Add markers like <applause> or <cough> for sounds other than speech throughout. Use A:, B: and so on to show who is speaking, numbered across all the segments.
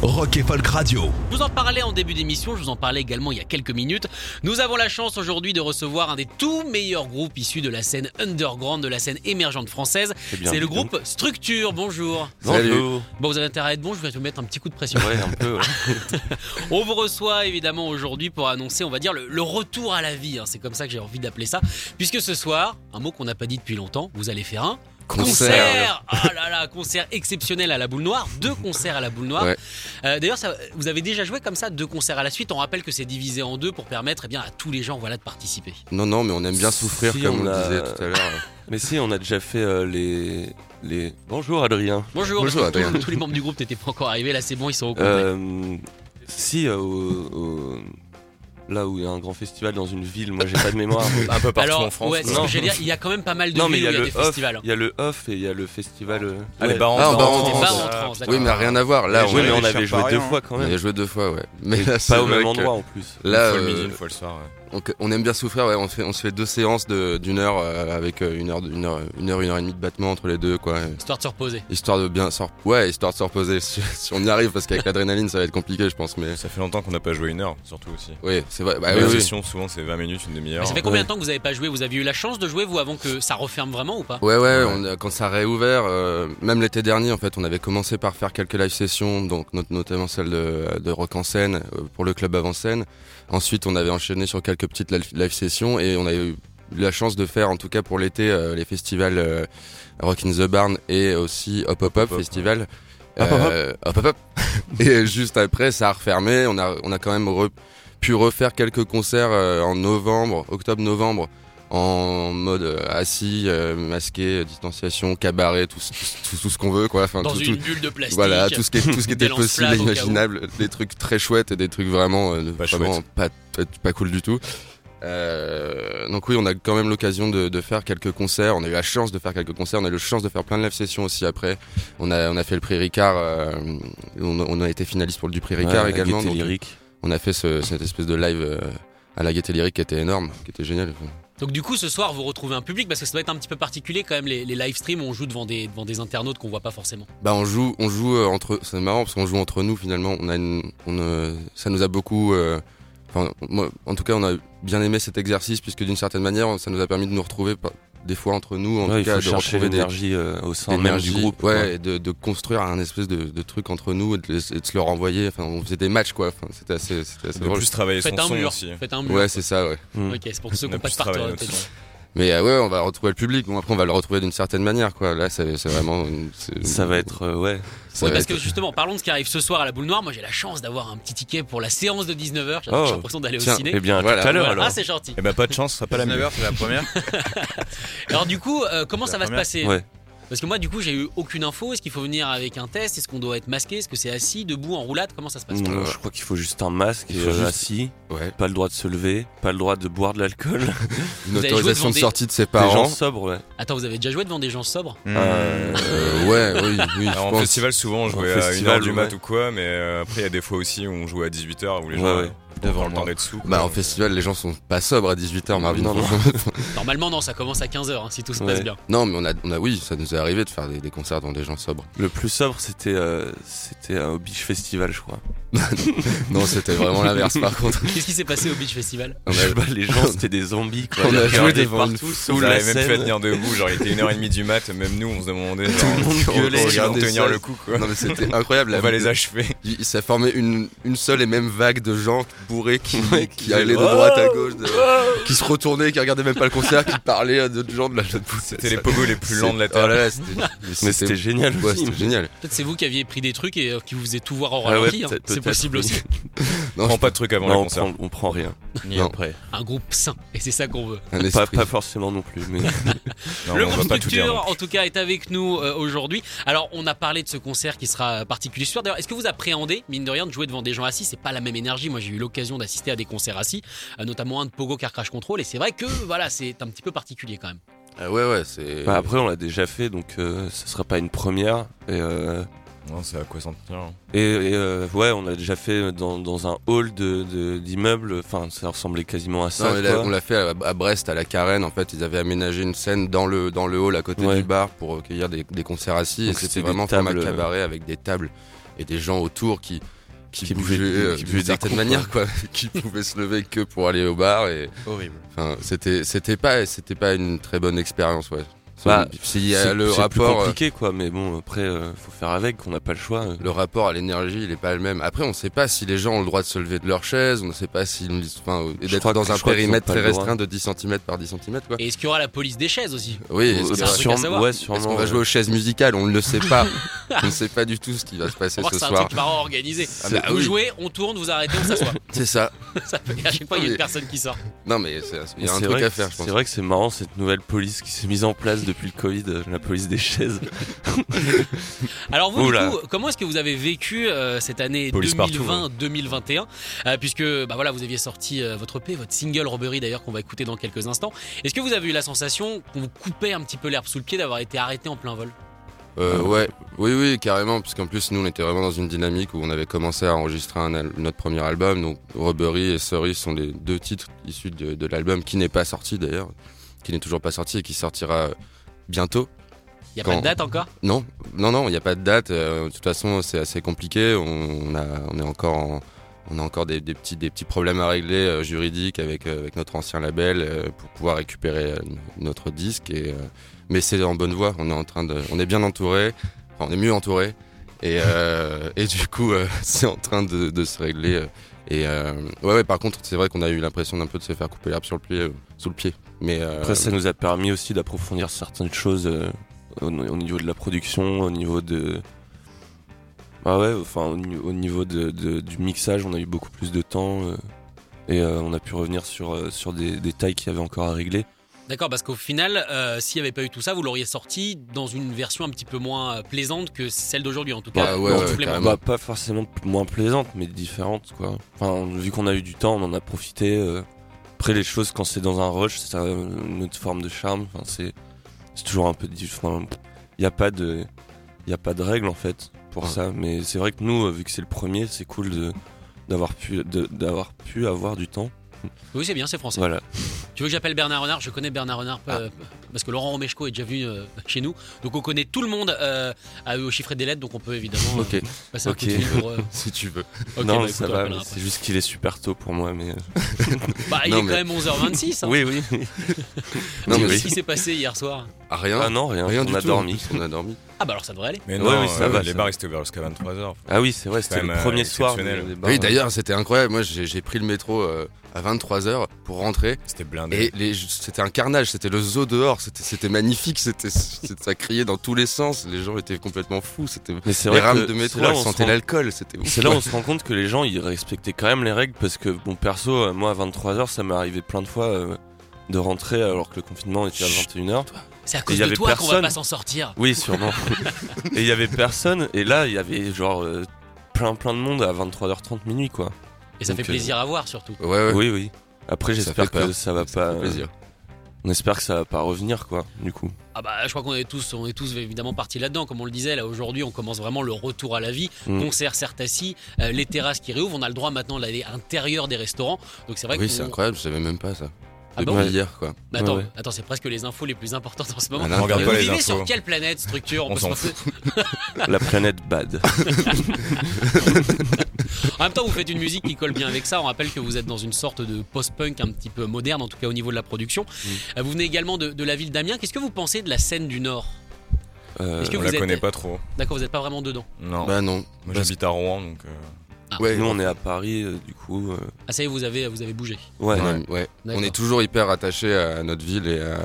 A: Rock et Folk Radio.
B: Je vous en parlais en début d'émission, je vous en parlais également il y a quelques minutes. Nous avons la chance aujourd'hui de recevoir un des tout meilleurs groupes issus de la scène underground, de la scène émergente française.
C: bien,
B: C'est le
C: dis donc.
B: groupe Structure. Bonjour.
C: Bonjour.
B: Bon, vous avez intérêt à être bon, je vais vous mettre un petit coup de pression.
C: Ouais, un peu. ouais.
B: <laughs> On vous reçoit évidemment aujourd'hui pour annoncer, on va dire, le, le retour à la vie. hein. C'est comme ça que j'ai envie d'appeler ça. Puisque ce soir, un mot qu'on n'a pas dit depuis longtemps, vous allez faire un concert. Ah là là, concert exceptionnel à la boule noire. Deux concerts à la boule noire.
C: Ouais.
B: Euh, D'ailleurs, ça- vous avez déjà joué comme ça, deux concerts à la suite. On rappelle que c'est divisé en deux pour permettre eh bien, à tous les gens voilà, de participer.
D: Non, non, mais on aime bien souffrir,
C: Si,
D: comme on,
C: on a-
D: disait tout à l'heure.
C: Mais si, on a déjà fait euh, les les. Bonjour Adrien.
B: Bonjour.
D: Bonjour,
B: parce que
D: Adrien.
B: tous, tous les membres du groupe n'étaient pas encore arrivés. Là, c'est bon, ils sont au complet.
C: Euh, si euh, au- au- là où il y a un grand festival dans une ville, moi j'ai pas de mémoire.
B: <laughs>
D: Un peu
B: Alors, ouais, c'est ce que
C: Non.
B: j'allais dire. Il y a quand même pas mal de
C: non mais
B: villes
C: il y
B: où il y
C: a
B: a
C: le
B: des
C: off,
B: festivals. hein.
C: il y a le off et il y a le festival. euh,
E: Allez,
C: ouais.
E: bah, on
D: Ah, bah,
B: Des
D: on
B: bars
D: danse.
B: en trance, d'accord.
D: Oui, mais rien à voir. Là, on,
C: Oui, mais
D: a-
C: on
E: cherche
C: avait joué
E: pas
C: deux
E: rien.
C: fois quand
D: on
C: même.
D: a joué deux fois, ouais. hein. Mais là, c'est
C: Pas au
D: vrai
C: même
D: que-
C: endroit en plus.
D: Là,
E: une fois le midi,
D: euh,
E: une fois le soir. ouais.
D: on, on aime bien souffrir, ouais. On, fait, on se fait deux séances de- d'une heure euh, avec euh, une, heure, de- une, heure, une heure, une heure et demie de battement entre les deux, quoi.
B: Histoire de se reposer.
D: Histoire de bien s'en- Ouais, histoire de se reposer. <laughs> si si on y arrive, parce qu'avec l'adrénaline, ça va être compliqué, je pense. Mais
E: Ça fait longtemps qu'on n'a pas joué une heure, surtout aussi.
D: oui, c'est vrai. Bah,
E: Les
D: oui, oui.
E: sessions, souvent, c'est 20 minutes, une
B: Mais
E: demi-heure.
B: ça fait combien de temps que vous n'avez pas joué Vous avez eu la chance de jouer, vous, avant que ça referme vraiment ou pas
D: Ouais, ouais, on a- quand ça a réouvert, euh, même l'été dernier, en fait, on avait commencé par faire quelques live sessions, donc not- notamment celle de, de Rock en scène euh, pour le club avant scène. Ensuite, on avait enchaîné sur quelques petites live live sessions et on a eu la chance de faire, en tout cas pour l'été, euh, les festivals euh, Rock in the Barn et aussi Hop Hop Hop
E: Hop,
D: Festival.
C: Hop, hop, hop.
D: Euh, hop, hop, <laughs> hop. et juste après, ça a refermé. On a, on a quand même re- pu refaire quelques concerts euh, en novembre, octobre-novembre en mode euh, assis, euh, masqué, euh, distanciation, cabaret, tout, ce- tout, tout ce qu'on veut, quoi. Enfin,
B: Dans
D: tout,
B: une
D: tout-
B: bulle de plastique.
D: voilà, tout ce qui, est-
B: <laughs>
D: tout ce qui
B: Des
D: était
B: lance-flammes
D: possible et
B: au cas où.
D: imaginable, des trucs très chouettes et des trucs vraiment, euh,
E: Pas
D: vraiment pas, pas, pas cool du tout. Euh, donc oui, on a quand même l'occasion de, de faire quelques concerts. On a eu la chance de faire quelques concerts. On a eu la chance de faire plein de live sessions aussi après. On a, on a fait le prix Ricard. euh, on, on a été finaliste pour le du prix Ricard
C: Ouais,
D: également.
C: Gaieté
D: donc,
C: lyrique.
D: on a fait ce- cette espèce de live euh, à la Gaieté Lyrique qui était énorme, qui était génial.
B: Donc du coup, ce soir, vous retrouvez un public parce que ça doit être un petit peu particulier quand même les, les live streams. où On joue devant des, devant des internautes qu'on voit pas forcément.
D: Bah on joue, on joue euh, entre. C'est marrant parce qu'on joue entre nous finalement. On a, une- on, euh, ça nous a beaucoup. euh, enfin, moi, en tout cas, on a bien aimé cet exercice puisque d'une certaine manière, ça nous a permis de nous retrouver par- des fois entre nous, en
C: Ouais,
D: tout
C: il
D: cas,
C: faut
D: de
C: chercher
D: retrouver des,
C: l'énergie euh, au sein
D: des
C: même du
D: énergies,
C: groupe.
D: ouais, et de, de construire un espèce de, de truc entre nous et de, les- et de se le renvoyer. Enfin, on faisait des matchs quoi. Enfin, c'était assez, c'était assez
E: De
D: drôle.
E: plus travailler son
B: Faites un
E: son
B: mur.
E: aussi.
B: Faites un mur.
D: Ouais, c'est ça. Ouais.
C: Mm.
B: Ok, c'est pour ceux qui
E: On <laughs>
B: n'ont pas
E: a
B: de hein,
E: plus travaillé
B: partenaire.
E: notre son.
D: Mais euh, ouais, on va retrouver le public. Bon, après, on va le retrouver d'une certaine manière quoi. Là, c'est c'est vraiment. une- c'est-
C: Ça va être euh, ouais.
D: ça va
B: parce
D: être-
B: que justement, parlons de ce qui arrive ce soir à la boule noire. Moi, j'ai la chance d'avoir un petit ticket pour la séance de 19h. J'ai
C: Oh,
B: l'impression d'aller au
D: tiens,
B: ciné.
C: Eh bien, à
D: Voilà.
C: tout à l'heure
B: Voilà.
C: alors.
B: Ah, c'est gentil.
E: Eh ben, pas de chance, ça sera pas la meilleure.
F: c'est la première.
B: Alors du coup, euh, comment ça va se
E: première.
B: passer
C: Ouais.
B: Parce que moi, du coup, j'ai eu aucune info. Est-ce qu'il faut venir avec un test Est-ce qu'on doit être masqué Est-ce que c'est assis, debout, en roulade Comment ça se passe
C: Mm,
D: voilà.
C: Je crois qu'il faut juste un masque,
D: Mmh, Il faut
C: euh,
D: juste-
C: assis,
D: ouais.
C: pas le droit de se lever, pas le droit de boire de l'alcool. <laughs>
D: Une
B: Vous avez joué
D: autorisation
B: devant
D: de
B: des-
D: sortie de ses
C: Des gens
D: parents. Mmh.
C: sobres, ouais.
B: Attends, vous avez déjà joué devant des gens sobres
E: <laughs>
C: Euh,
D: Euh, ouais, oui, oui. je
E: <laughs> Alors, en
D: pense.
E: festival, souvent, on jouait à 1h
C: festival,
E: du mat
C: ouais.
E: ou quoi, mais euh, après, il y a des fois aussi où on jouait à 18h où les
C: Ouais,
E: gens
C: ouais.
E: euh, ont
D: Devant
E: encore le temps
D: moi.
E: d'être sous.
D: Bah,
E: quoi.
D: en festival, les gens sont pas sobres à 18h, Marvin.
C: Non, non.
B: Normalement, non, ça commence à 15h si tout se passe
C: Ouais.
B: bien.
D: <laughs> Non, mais on a, on a, oui, ça nous est arrivé de faire des, des concerts dans des gens
E: <laughs>
D: sobres.
C: Le plus sobre, c'était euh, c'était euh, au Beach Festival, je crois.
D: Non, c'était vraiment l'inverse, par contre.
B: Qu'est-ce qui s'est passé au Beach Festival
D: On a-
C: Je sais pas, les gens,
D: <laughs>
C: c'était des zombies, quoi.
D: On a
C: Ils
D: joué
C: regardaient
D: devant une
C: partout,
E: Ils
C: sous
E: avaient
C: la
E: même
C: scène.
E: fait à tenir debout, genre il était 1h30 du mat, même nous <laughs> on se demandait genre,
C: le monde
E: comment
C: gueulait,
E: ils vont
D: regardait
E: tenir
D: ça.
E: le coup quoi.
D: Non, mais c'était incroyable.
E: On
D: la-
E: va les achever.
D: il- Ça formait une, une seule et même vague de gens bourré
E: <laughs>
D: qui,
C: Ouais,
D: qui
C: qui
D: allait de
C: faisait-
D: droite
E: Oh,
D: à gauche, de- qui se retournait, qui regardait même pas le concert, qui parlait à d'autres gens de la l'autre bout.
E: C'était les pogos les plus lents de la
D: Oh là
E: Terre.
D: là, c'était-
C: Mais c'était génial
D: Ouais,
C: aussi.
D: c'était génial.
B: Peut-être c'est vous qui aviez pris des trucs et euh, qui vous faisiez tout voir en
C: Ah ouais,
B: ralenti. hein.
C: peut-être-
B: C'est
C: peut-être.
B: possible
C: <laughs>
B: aussi.
D: Non,
E: Prends pas de trucs avant
C: Non,
E: le
C: on,
E: concert.
C: prend, on prend rien.
D: Non.
C: après.
B: Un groupe sain. Et c'est ça qu'on veut.
D: Un
C: Pas,
D: esprit.
C: pas forcément non plus.
D: <laughs>
C: Mais
E: Non,
B: le
E: on va
B: groupe
E: pas tout dire.
B: Structure, en tout cas, est avec nous euh, aujourd'hui. Alors, on a parlé de ce concert qui sera particulier ce soir. D'ailleurs, est-ce que vous appréhendez, mine de rien, de jouer devant des gens assis C'est pas la même énergie. Moi, j'ai eu l'occasion d'assister à des concerts assis, euh, notamment un de Pogo Car Crash Control. Et c'est vrai que, voilà, c'est un petit peu particulier quand même.
D: Ah ouais, ouais, c'est.
C: Bah, après, on l'a déjà fait, donc euh, ce sera pas une première. Et, euh,
E: Non, c'est à quoi s'en tenir.
C: et, et, euh, ouais, on l'a déjà fait dans, dans un hall de- de- d'immeuble. enfin, ça ressemblait quasiment à ça.
D: Non, mais là,
C: quoi.
D: on l'a fait à, à Brest, à la Carène. En fait, ils avaient aménagé une scène dans le, dans le hall à côté
C: Ouais.
D: du bar pour accueillir des, des concerts assis.
C: Donc
D: et
C: c'était
D: c'était
C: des
D: vraiment format
C: tables, euh,
D: cabaret avec des tables et des gens autour qui, qui,
C: Qui
D: bougeaient,
C: bougeaient-
D: euh,
C: qui
D: d'une
C: bougeaient des
D: certaine
C: coupes,
D: manière, quoi. <laughs> qui pouvaient se lever que pour aller au bar. Et,
E: Horrible.
D: enfin, c'était, c'était, pas, c'était pas une très bonne expérience, ouais.
C: Bah,
D: S'il y a
C: C'est-
D: le
C: c'est plus
D: rapport. euh,
C: compliqué, quoi. Mais bon, après, euh, faut faire avec. On n'a pas le choix.
D: le rapport à l'énergie, il est pas le même. Après, on sait pas si les gens ont le droit de se lever de leur chaise, on ne sait pas si enfin, et
C: Je
D: d'être
C: crois
D: dans
C: que-
D: un
C: je crois qu'ils
D: périmètre
C: ont pas
D: très
C: le droit.
D: restreint de 10 cm par 10 cm, quoi.
B: Et est-ce qu'il y aura la police des chaises aussi
D: Oui,
C: Euh,
D: est-ce qu'il y aura-
B: truc à savoir.
C: ouais,
D: est-ce
C: sûrement.
D: qu'on va jouer aux chaises musicales On ne le sait
C: <laughs>
D: pas. on ne sait pas du tout ce qui va se passer
B: On
C: Oh,
B: va voir que
D: ce
B: c'est un
D: soir.
B: truc marrant organisé.
D: Ah bah
B: vous
D: oui.
B: jouez, on tourne, vous arrêtez, on s'assoit.
D: C'est ça.
B: Ça fait- à chaque fois, il y a une personne qui sort.
D: Non, mais c'est- il y a un
C: C'est
D: truc
C: vrai
D: à
C: que-
D: faire, je pense.
C: C'est vrai que c'est marrant cette nouvelle police qui s'est mise en place depuis le Covid, euh, la police des chaises.
B: Alors vous, du
C: Oula.
B: coup, comment est-ce que vous avez vécu euh, cette année
E: Police partout,
B: 2020-2021 Puisque bah voilà, vous aviez sorti euh, votre EP, votre single Robbery d'ailleurs qu'on va écouter dans quelques instants. Est-ce que vous avez eu la sensation qu'on vous coupait un petit peu l'herbe sous le pied d'avoir été arrêté en plein vol
D: Euh, ouais, oui, oui, carrément, parce qu'en plus nous on était vraiment dans une dynamique où on avait commencé à enregistrer un al- notre premier album, donc Robbery et Cerise sont les deux titres issus de, de l'album qui n'est pas sorti d'ailleurs, qui n'est toujours pas sorti et qui sortira bientôt.
B: Il y a pas
D: Quand-
B: de date encore
D: Non, non, non, il n'y a pas de date. euh, de toute façon, c'est assez compliqué. On, on a, on est encore, en- on a encore des, des petits, des petits problèmes à régler euh, juridiques avec, euh, avec notre ancien label euh, pour pouvoir récupérer euh, notre disque. Et, euh, mais c'est en bonne voie. On est en train de, on est bien entouré. Enfin, on est mieux entouré. Et, euh, <laughs> et du coup, euh, c'est en train de, de se régler. euh, Et euh, ouais, ouais, par contre, c'est vrai qu'on a eu l'impression d'un peu de se faire couper l'herbe sur le pied, euh, sous le pied. Mais euh,
C: Après, ça nous a permis aussi d'approfondir certaines choses euh, au, au niveau de la production, au niveau de. Ah ouais, enfin, au, ni- au niveau de, de- du mixage, on a eu beaucoup plus de temps euh, et euh, on a pu revenir sur, euh, sur des des détails qu'il y avait encore à régler.
B: D'accord, parce qu'au final, euh, s'il n'y avait pas eu tout ça, vous l'auriez sorti dans une version un petit peu moins euh, plaisante que celle d'aujourd'hui en tout cas.
D: Ah ouais,
B: dans
D: ouais,
B: toutes les
D: carrément.
B: moments.
C: Bah, pas forcément p- moins plaisante, mais différente, quoi. Enfin, vu qu'on a eu du temps, on en a profité. euh. Après, les choses, quand c'est dans un rush, c'est euh, une autre forme de charme. Enfin, c'est, c'est toujours un peu différent. Il n'y a pas de, il y a pas de règle en fait pour
D: Ouais.
C: ça. Mais c'est vrai que nous, euh, vu que c'est le premier, c'est cool de, d'avoir pu, de- d'avoir pu avoir du temps.
B: Oui, c'est bien, c'est français.
C: Voilà.
B: Tu veux que j'appelle Bernard Renard Je connais Bernard Renard
C: Ah.
B: euh, parce que Laurent Romeshko est déjà venu euh, chez nous. Donc on connaît tout le monde euh, à- au chiffre des lettres, donc on peut évidemment euh,
C: Ok.
B: passer un
C: Ok.
B: coup de fil pour. euh,
D: <laughs>
C: <laughs>
D: si tu veux.
B: ok,
C: non,
B: bah, écoute,
C: ça
B: on
C: va.
B: l'appellera
C: mais
B: après.
C: c'est juste qu'il est super tôt pour moi, mais. euh,
B: Bah, il
D: Non,
B: est
D: mais-
B: quand même 11h26. hein.
C: Oui, oui.
D: Non,
B: Dis-nous
D: mais
B: ce qui s'est passé hier soir.
D: Ah, rien.
C: Ah non, rien.
D: Rien
C: on
D: du
C: a
D: tout.
C: dormi.
D: On a dormi.
B: Ah bah alors ça devrait aller.
E: Mais
C: Ouais,
E: non,
C: oui, ça
E: euh,
C: va,
E: les
C: ça
E: bars
C: va.
E: ils étaient ouverts jusqu'à 23h.
C: Ah oui, c'est vrai. C'était
E: quand
C: le
E: même, euh,
C: premier soir.
E: exceptionnel.
C: des bars,
D: Oui,
C: euh.
D: d'ailleurs, c'était incroyable. Moi, j'ai j'ai pris le métro euh, à 23h pour rentrer.
E: C'était blindé.
D: Et les- c'était un carnage, c'était le zoo dehors, c'était- c'était magnifique, c'était c'était- ça criait dans tous les sens, les gens étaient complètement fous, c'était
C: Mais c'est
D: les
C: vrai
D: rames
C: que
D: de
C: c'est
D: métro,
C: là où
D: elles
C: on se
D: sentaient
C: rend-
D: l'alcool, c'était ouf.
C: C'est là où on se rend compte que les gens ils respectaient quand même les règles parce que bon perso euh, moi à 23h ça m'est arrivé plein de fois euh, de rentrer alors que le confinement était à 21h.
B: C'est à
C: Il
B: cause
C: y
B: de
C: avait
B: toi qu'on va
C: personne.
B: pas s'en sortir.
D: <laughs>
C: Oui sûrement. et il y avait personne et là il y avait genre euh, plein plein de monde à 23h30 minuit quoi.
B: Et ça
C: Donc, euh,
B: fait plaisir à voir surtout.
D: Ouais, ouais,
C: Oui oui. Après
D: Ça
C: j'espère
D: fait peur.
C: que ça va
D: ça
C: pas
D: fait plaisir.
C: euh, on espère que ça va pas revenir quoi du coup.
B: Ah bah je crois qu'on est tous, on est tous évidemment partis là-dedans. Comme on le disait, là aujourd'hui on commence vraiment le retour à la vie.
C: Mm.
B: Concerts certes assis, euh, les terrasses qui réouvrent, on a le droit maintenant d'aller à l'intérieur des restaurants. Donc c'est
C: euh,
B: vrai
D: Oui,
B: qu'on-
D: c'est incroyable, je savais même pas ça.
B: Ah
D: Depuis
B: bon
D: hier, quoi.
B: Mais attends,
C: Ouais, ouais.
B: attends, c'est presque les infos les plus importantes en ce
C: Ah
B: moment.
D: À
E: On regarde
D: l'intérieur.
B: Vous
E: Ah pas les
B: vivez
E: infos.
B: sur quelle planète, structure
E: On
B: peut se
E: s'en
B: penser-
C: La planète bad.
B: <laughs> En même temps, vous faites une musique qui colle bien avec ça. On rappelle que vous êtes dans une sorte de post-punk un petit peu moderne, en tout cas au niveau de la production.
E: Mm.
B: Euh, Vous venez également de, de la ville d'Amiens. Qu'est-ce que vous pensez de la scène du Nord
C: Euh,
B: Est-ce que
E: on
B: vous
E: la
B: êtes-
E: connaît pas trop.
B: D'accord, vous n'êtes pas vraiment dedans.
E: Non.
D: Bah non,
E: Moi
D: parce-
E: j'habite à Rouen donc. euh,
B: Ah, tard.
D: <laughs> Ouais,
C: Nous, on est à Paris, euh, du coup. euh,
B: Ah ça y est, vous avez, vous avez bougé.
C: Ah ouais.
D: Ouais, ouais.
B: D'accord.
D: On est toujours hyper attaché à notre ville et, à-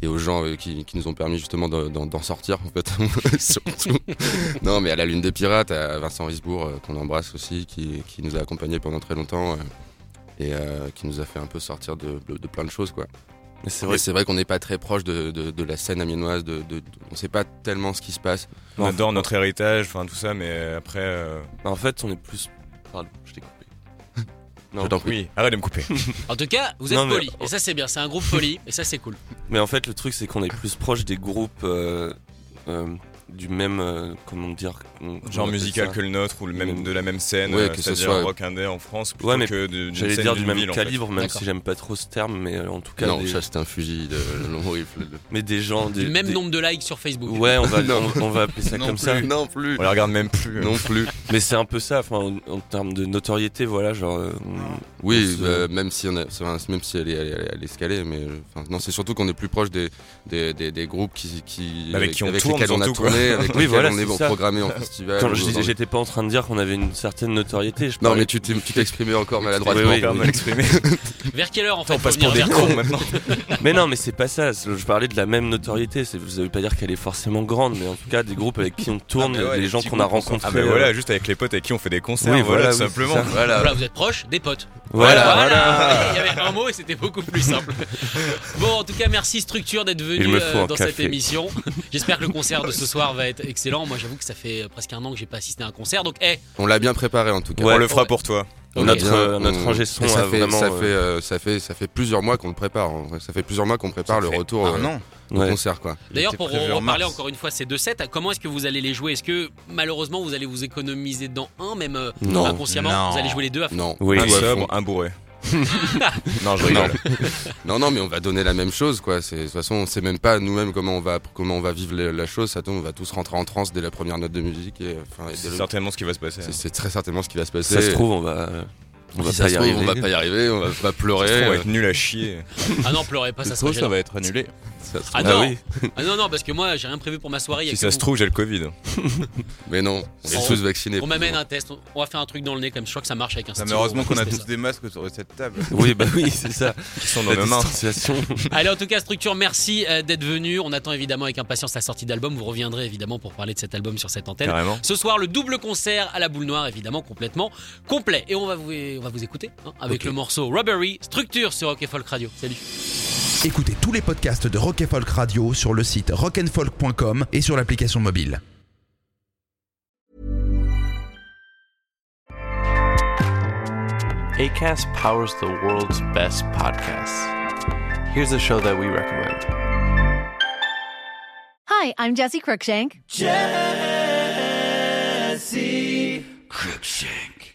D: et aux gens euh, qui, qui nous ont permis justement d'en- d'en d'en sortir en fait. <laughs> Surtout. non mais à la Lune des Pirates, à Vincent Risbourg euh, qu'on embrasse aussi, qui, qui nous a accompagnés pendant très longtemps euh, et euh, qui nous a fait un peu sortir de, de- de plein de choses quoi.
C: Mais c'est
D: C'est
C: vrai.
D: vrai, c'est vrai qu'on n'est pas très proche de, de- de la scène amiénoise, de, de- de- on sait pas tellement ce qui se passe.
E: On adore notre héritage, enfin tout ça, mais après. euh,
C: Bah, En fait, on est plus. Pardon, je t'ai
E: <laughs>
C: coupé. Non.
D: Je t'en prie.
E: Oui, arrête de me couper.
B: En tout cas, vous êtes
C: Non, mais-
B: poli. Et ça c'est bien, c'est un groupe
E: <laughs>
B: poli. et ça c'est cool.
C: Mais en fait, le truc, c'est qu'on est plus proche des groupes euh, euh, du même. euh, comment dire comment on
E: Genre
C: appelle
E: musical
C: ça
E: que le nôtre ou le même,
C: Même-
E: de la même scène,
D: Ouais,
E: euh,
D: que ce
E: c'est-à-dire
D: soit-
E: rock indé en France, plutôt
C: Ouais, mais
E: que de- d'une
C: J'allais
E: scène
C: dire
E: d'une
C: du même
E: ville, en fait.
C: calibre, même
B: D'accord.
C: si j'aime pas trop ce terme, mais euh, en tout cas.
D: Non,
C: des,
D: ça c'est un fusil de long rifle.
C: mais des gens. Des,
B: Du même
C: des-
B: nombre de likes sur Facebook.
C: Ouais, on va,
D: <laughs> Non.
C: on, on va appeler ça
D: non
C: comme
D: plus,
C: ça.
D: Non plus.
E: On la regarde même plus.
D: Non plus.
C: Mais c'est un peu ça, enfin, en, en termes de notoriété, voilà, genre. euh, on-
D: Oui,
C: Parce que-
D: euh, même si on a, c'est vrai, même si elle est, elle est- elle est escalée, mais euh, enfin, non, c'est surtout qu'on est plus proche des, des, des, des groupes qui, qui
C: Bah,
E: Avec qui on tourne
D: lesquels on a
E: surtout, quoi.
D: tourné, avec
C: <laughs> Oui,
D: lesquels
C: voilà,
D: on
C: c'est
D: est, bon,
C: ça.
D: programmé en festival.
C: Quand
D: ou
C: je
D: dans-
C: disais- j'étais pas en train de dire qu'on avait une certaine notoriété. Je
D: non,
C: parlais-
D: mais tu t'es- tu t'exprimais encore
C: Oui,
D: maladroitement.
C: oui,
E: Pardon de m'exprimer.
B: Vers quelle heure en fait
E: On
B: faut
E: passe pour des
B: venir vers-
E: cons maintenant.
C: Mais non, mais c'est pas ça. c'est- Je parlais de la même notoriété. c'est- Ça veut pas dire qu'elle est forcément grande, mais en tout cas, des groupes avec qui on tourne,
D: Ah, mais ouais,
C: des
D: les
C: gens
D: petits
C: qu'on a
D: groupes, on s'en-
C: rencontrés.
E: Ah, mais
C: euh,
E: voilà, juste avec les potes avec qui on fait des concerts,
C: Oui,
E: voilà,
C: voilà,
E: tout
C: oui, c'est
E: simplement.
C: ça.
D: Voilà.
B: Voilà, vous êtes proche des potes.
C: Voilà.
B: Voilà. Il y avait un mot et c'était beaucoup plus simple. Bon, en tout cas, merci Structure d'être
C: Il
B: venu
C: me faut
B: euh,
C: un
B: dans cette
C: café.
B: émission. J'espère que le concert de ce soir va être excellent. Moi, j'avoue que ça fait euh, presque un an que j'ai pas assisté à un concert. Donc, eh,
D: On l'a bien préparé en tout cas.
C: Ouais,
E: On le fera
B: ouais.
E: pour toi.
D: On l'a
C: Notre,
D: bien-
C: euh, notre
D: on-
C: ingé son
D: Et ça
C: a
D: fait,
C: vraiment,
D: ça
C: euh,
D: fait, euh, ça fait, ça fait plusieurs mois qu'on le prépare. en vrai. Ça fait plusieurs mois qu'on prépare le retour
F: Ah
D: euh,
F: non,
D: au
C: ouais.
D: concert, quoi.
B: D'ailleurs,
F: était
B: pour
F: prévu en
B: reparler
F: mars.
B: encore une fois ces deux sets, comment est-ce que vous allez les jouer Est-ce que malheureusement vous allez vous économiser dans un, même euh,
C: Non.
B: inconsciemment
F: Non.
B: Vous allez jouer les deux à fond
D: Non.
C: Oui.
D: Tout
E: un
D: à fond.
E: sobre, un bourré. non, je
D: Non.
E: rigole.
D: Non, non, mais on va donner la même chose, quoi. C'est- De toute façon, on sait même pas nous-mêmes comment on va comment on va vivre la, la chose. Ça tombe, on va tous rentrer en transe dès la première note de musique. Et, enfin, et dès
E: C'est
D: le-
E: certainement ce qui va se passer.
D: c'est- c'est très certainement ce qui va se passer.
C: Ça se trouve, on va, on va
D: Si ça
C: pas
D: se
C: y
D: trouve,
C: arriver.
D: on va
C: <laughs>
D: pas y arriver, on va, pas
E: Ça
D: pleurer.
E: se trouve, on va
D: euh,
E: être nul à chier.
B: Ah non, pleurez pas, ça
F: ça,
B: serait
F: ça
B: gênant.
F: va être annulé.
D: ça se
B: Ah
D: trouve.
B: non,
C: Ah oui.
B: <laughs> Ah non, non, parce que moi j'ai rien prévu pour ma soirée. il y a
E: Si
B: que
E: ça se
B: vous.
E: trouve, j'ai le Covid.
D: Mais non, on
B: On-
D: est tous vaccinés.
B: On m'amène un test, on- on va faire un truc dans le nez comme je crois que ça marche avec un
F: Non, mais
B: stylo,
F: heureusement
B: on va
F: qu'on a
B: tester
F: tous des masques autour de cette table.
C: Oui, bah oui, c'est ça.
E: Qui sont dans
C: La
E: nos mains.
C: distanciation.
B: ça. <laughs> Allez, en tout cas, Structure, merci euh, d'être venu. On attend évidemment avec impatience la sortie d'album. Vous reviendrez évidemment pour parler de cet album sur cette antenne.
E: Carrément.
B: Ce soir, le double concert à la boule noire, évidemment, complètement complet. Et on va vous, on va vous écouter hein, avec le morceau Robbery, structure sur Rock et Folk Radio. Salut.
A: Écoutez tous les podcasts de Rock et Folk Radio sur le site rockandfolk.com et sur l'application mobile.
G: ACAST powers the world's best podcasts. Here's a show that we recommend.
H: Hi, I'm Jesse Cruikshank. Jesse Cruikshank.